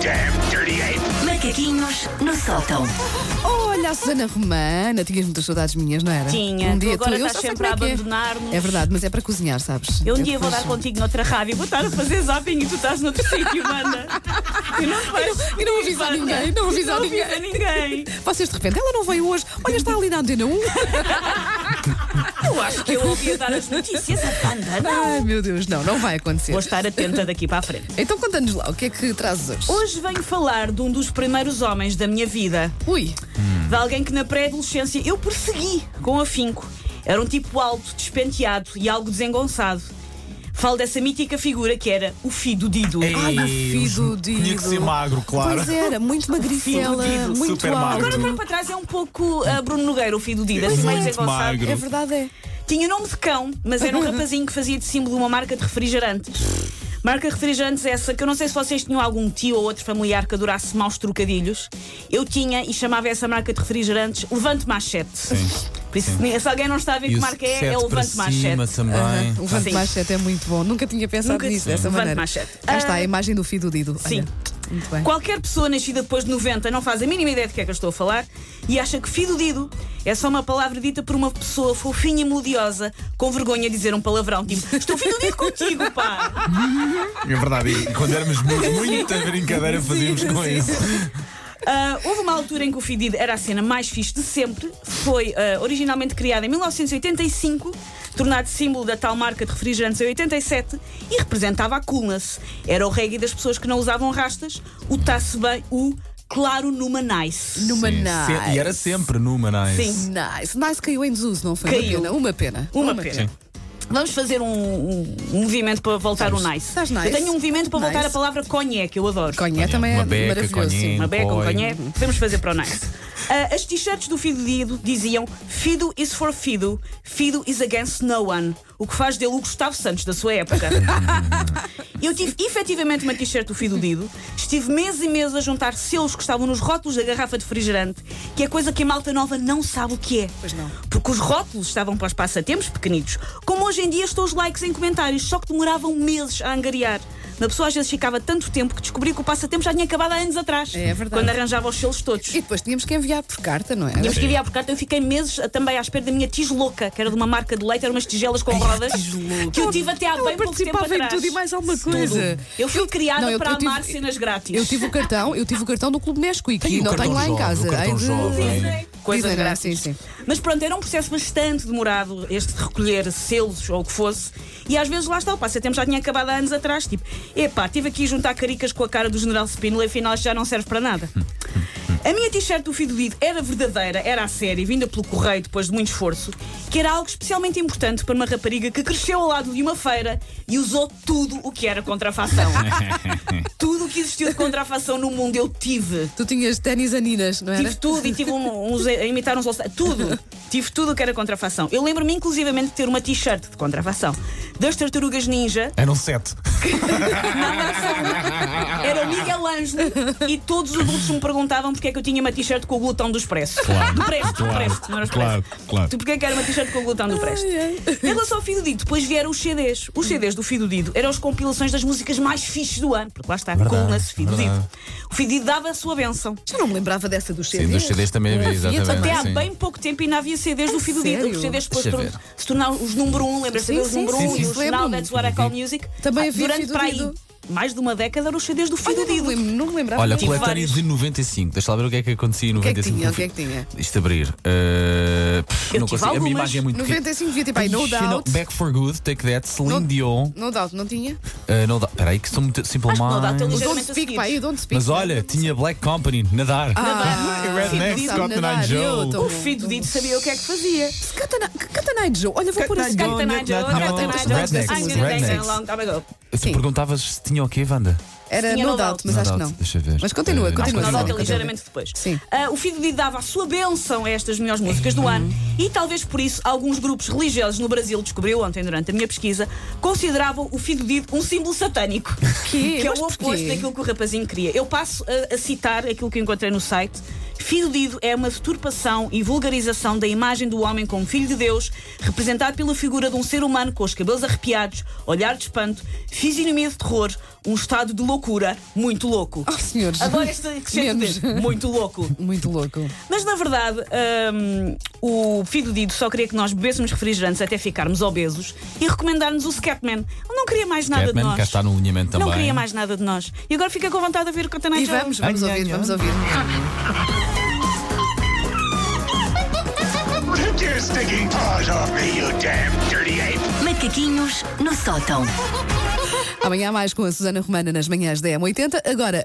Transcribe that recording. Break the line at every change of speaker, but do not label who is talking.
damn dirty ape!
Macaquinhos no sótão.
Olha, a Susana Romana, tinhas muitas saudades minhas, não era? Um
Tinha. Tu agora
eu
estás
já sei
sempre
como é que
a
é.
abandonar-nos.
É. verdade, mas é para cozinhar, sabes? É
Eu um dia vou dar
depois-
contigo noutra rádio, vou estar a fazer zapping e tu estás noutro sítio, Wanda. E não vais.
E não avisa a
Wanda.
ninguém, não avisa a
Não avisa
ninguém.
a ninguém.
Vocês de repente, ela não veio hoje. Olha, está ali na antena 1.
Eu acho que eu ouvi dar as notícias a Wanda, não.
Ai, meu Deus, não, não vai acontecer.
Ah, Vou estar atenta daqui para a frente.
Então conta-nos lá, o que é que trazes hoje?
Hoje venho falar de um dos primeiros homens da minha vida.
Ui,
De alguém que na pré-adolescência eu persegui com afinco. Era um tipo alto, despenteado e algo desengonçado. Falo dessa mítica figura que era o Fido Dido.
ai, o
Ei,
filho do
Tinha que ser magro, claro.
Pois era, muito magricela,
Fido-dido,
muito
super
alto.
magro.
Agora olhando para trás é um pouco ah, Bruno Nogueira, o Fido Dido. assim meio
Muito
desengonçado.
magro.
É verdade, é.
Tinha nome de cão, mas era um rapazinho que fazia de símbolo uma marca de refrigerantes. Marca de refrigerantes essa que eu não sei se vocês tinham algum tio ou outro familiar que adorasse maus trocadilhos. Eu tinha e chamava essa marca de refrigerantes Levante Machete.
Sim.
Por isso, se alguém não está a ver que marca é, é Levante Machete.
também.
O Vante
Sim.
Machete é muito bom. Nunca tinha pensado
Nunca-
nisso
Sim.
dessa
Vante
maneira.
Machete.
Cá está
Ah,
a imagem do filho do Dido.
sim.
Olha, muito bem.
Qualquer pessoa nascida depois de 90 não faz a mínima ideia do que é que eu estou a falar e acha que fido-dido é só uma palavra dita por uma pessoa fofinha e melodiosa com vergonha de dizer um palavrão. Tipo, estou fido-dido contigo, pá!
É verdade, e quando éramos muito, muita brincadeira fazíamos com isso.
Ah, houve uma altura em que o Fidido era a cena mais fixe de sempre. Foi ah, originalmente criada em 1985, tornado símbolo da tal marca de refrigerantes em 87 e representava a coolness. Era o reggae das pessoas que não usavam rastas, o tá-se bem, o claro numa nice.
Numa
Sim,
nice.
se- E era sempre numa nice.
Sim.
Nice. Nice caiu em desuso, não foi?
Caiu.
Uma pena. Uma pena.
Uma pena. Vamos fazer um, um- um movimento para voltar o nice.
estás nice.
Eu tenho um movimento para voltar
Nice.
a palavra conhe, que eu adoro.
Conhé também é
Uma beca,
maravilhoso. sim.
conhé.
Uma beca, um
Apoio.
conhe, podemos fazer para o Nice. Ah, as t-shirts do Fido Dido diziam Fido is for Fido, Fido is against no one, o que faz dele o Gustavo Santos da sua época. Eu tive efetivamente uma t-shirt do Fido Dido, estive meses e meses a juntar selos que estavam nos rótulos da garrafa de refrigerante, que é coisa que a malta nova não sabe o que é.
Pois não.
Porque os rótulos estavam para os passatempos pequenitos, como hoje em dia estão os likes em comentários, só que demoravam meses a angariar. Uma pessoa às vezes ficava tanto tempo que descobria que o passatempo já tinha acabado há anos atrás.
É verdade.
Quando arranjava os selos todos.
E depois tínhamos que enviar por carta, não é?
Tínhamos que enviar por carta. Eu fiquei meses ah, também à espera da minha tislouca, que era de uma marca de leite, eram umas tigelas com rodas, que eu tive até há
Ela
bem pouco tempo
participava em
atrás.
tudo e mais alguma
Tudo.
coisa.
Eu fui criada
Não, eu-
para
eu tive-
amar cenas grátis.
Eu tive o cartão, eu tive o cartão do Clube Nesquik
Tem
e
o
não tenho
cartão
lá em
jovem,
casa.
o cartão
Ai, de-
jovem.
Disney. Coisas
Disney,
grátis.
sim, sim.
Mas pronto, era um processo bastante demorado este de recolher selos ou o que fosse. E às vezes lá está, o passatempo já tinha acabado há anos atrás. Tipo, epá, tive aqui a juntar caricas com a cara do General Spínola e afinal isto já não serve para nada. A minha t-shirt do Fido Dido era verdadeira, era a série, vinda pelo correio depois de muito esforço, que era algo especialmente importante para uma rapariga que cresceu ao lado de uma feira e usou tudo o que era contrafação. tudo o que existiu de contrafação no mundo eu tive.
Tu tinhas ténis aninas, não era?
Tive tudo e tive um- uns a imitar uns All-Stars. Tudo. Tive tudo o que era contrafação. Eu lembro-me, inclusivamente, de ter uma t-shirt de contrafação das Tartarugas Ninja.
Eram sete.
Era o Miguel Ângelo e todos os adultos me perguntavam porque é que eu tinha uma t-shirt com o glutão do Expresso.
Claro.
Do
Ah,
Presto, do
Claro,
Presto, não era o Expresso.
claro, claro.
Tu porquê é que era uma t-shirt com o glutão do Presto?
ai.
Em relação ao Fido Dido, depois vieram os CDs. Os CDs do Fido Dido eram as compilações das músicas mais fixes do ano, porque lá está,
Verdade,
coolness Fido Dido.
verdade.
O Fido Dido dava a sua benção.
Já não me lembrava dessa dos CDs.
dos CDs também havia,
Não
exatamente.
também.
Até há
Sim.
bem pouco tempo ainda havia CDs do Fido Dido.
sério?
Os CDs depois
Deixa
torn-
ver.
se tornaram os número um, lembra-se
Sim,
dos
sim,
número
sim,
um
sim,
e
sim.
o final
Lembro-me.
That's What I Call Music.
Também havia
Durante
Fido
para aí
Dido.
mais de uma década eram os CDs do
Olha,
Fido
não me
Dido.
lembro- não me lembrava.
Olha,
mesmo.
Tive
coletâneos
vários.
de 95. Deixa lá ver o que é que acontecia em
O que é
95.
que tinha? O que é que tinha?
Isto abrir. Uh, pff,
Eu
não
tive
consigo. A
algumas.
minha imagem é muito pequena.
95 devia ter, pai, no
Ixi, não.
doubt.
Back for Good, Take That, Celine
No-
Dion.
No doubt, não tinha?
Uh, no doubt. Espera aí, que são muito. Simple
Acho que No Doubt é
O
Minds.
Don't
Ligeiramente a
Speak,
seguir.
pai, o Don't Speak.
Mas olha, tinha Black Company, nadar.
Ah,
E
sim,
Redneck,
sabe
Scott
nadar,
Nine
eu
Joe.
tô-
O Fido Dido sabia o que é que fazia.
Catana- Catanite Joe. Olha, vou pôr
Catanite
assim.
Joe.
Catanite Joe,
Não, não,
Catanite
não,
Joe,
rednecks,
I'm gonna dance
rednecks.
along, I'm gonna go.
Sim.
Tu perguntavas se tinha o quê, Wanda?
Era
Tinha
no
No
doubt,
Doubt.
mas
No
acho que
doubt,
não.
deixa ver.
Mas continua,
Eh, não,
continua.
Não,
continua,
não,
continua.
ligeiramente depois.
Sim.
Ah, o Fido Dido dava a sua benção a estas melhores músicas do ano e talvez por isso alguns grupos religiosos no Brasil, descobriu ontem durante a minha pesquisa, consideravam o Fido Dido um símbolo satânico.
Quê?
Que é
Mas
o oposto
porquê?
daquilo que o rapazinho queria. Eu passo a, a citar aquilo que eu encontrei no site. Figedido é uma deturpação e vulgarização da imagem do homem como filho de Deus, representado pela figura de um ser humano com os cabelos arrepiados, olhar de espanto, fisionomia de terror, um estado de loucura muito louco.
Oh, senhores.
Agora este
Menos.
acrescento muito louco.
Muito louco.
Mas na verdade, hum, o Fido Dido só queria que nós bebêssemos refrigerantes até ficarmos obesos e recomendar-nos o Scatman. Ele não queria mais nada de
Catman
nós.
cá está no alinhamento também.
Não queria mais nada de nós. E agora fica com vontade de ver o Cotton Eye
E
Joe.
vamos, vamos ouvir, vamos ouvir.
Take your stinking paws off me, you damn dirty ape!
Macaquinhos no sótão.
Amanhã há mais com a Susana Romana nas manhãs da M80. Agora,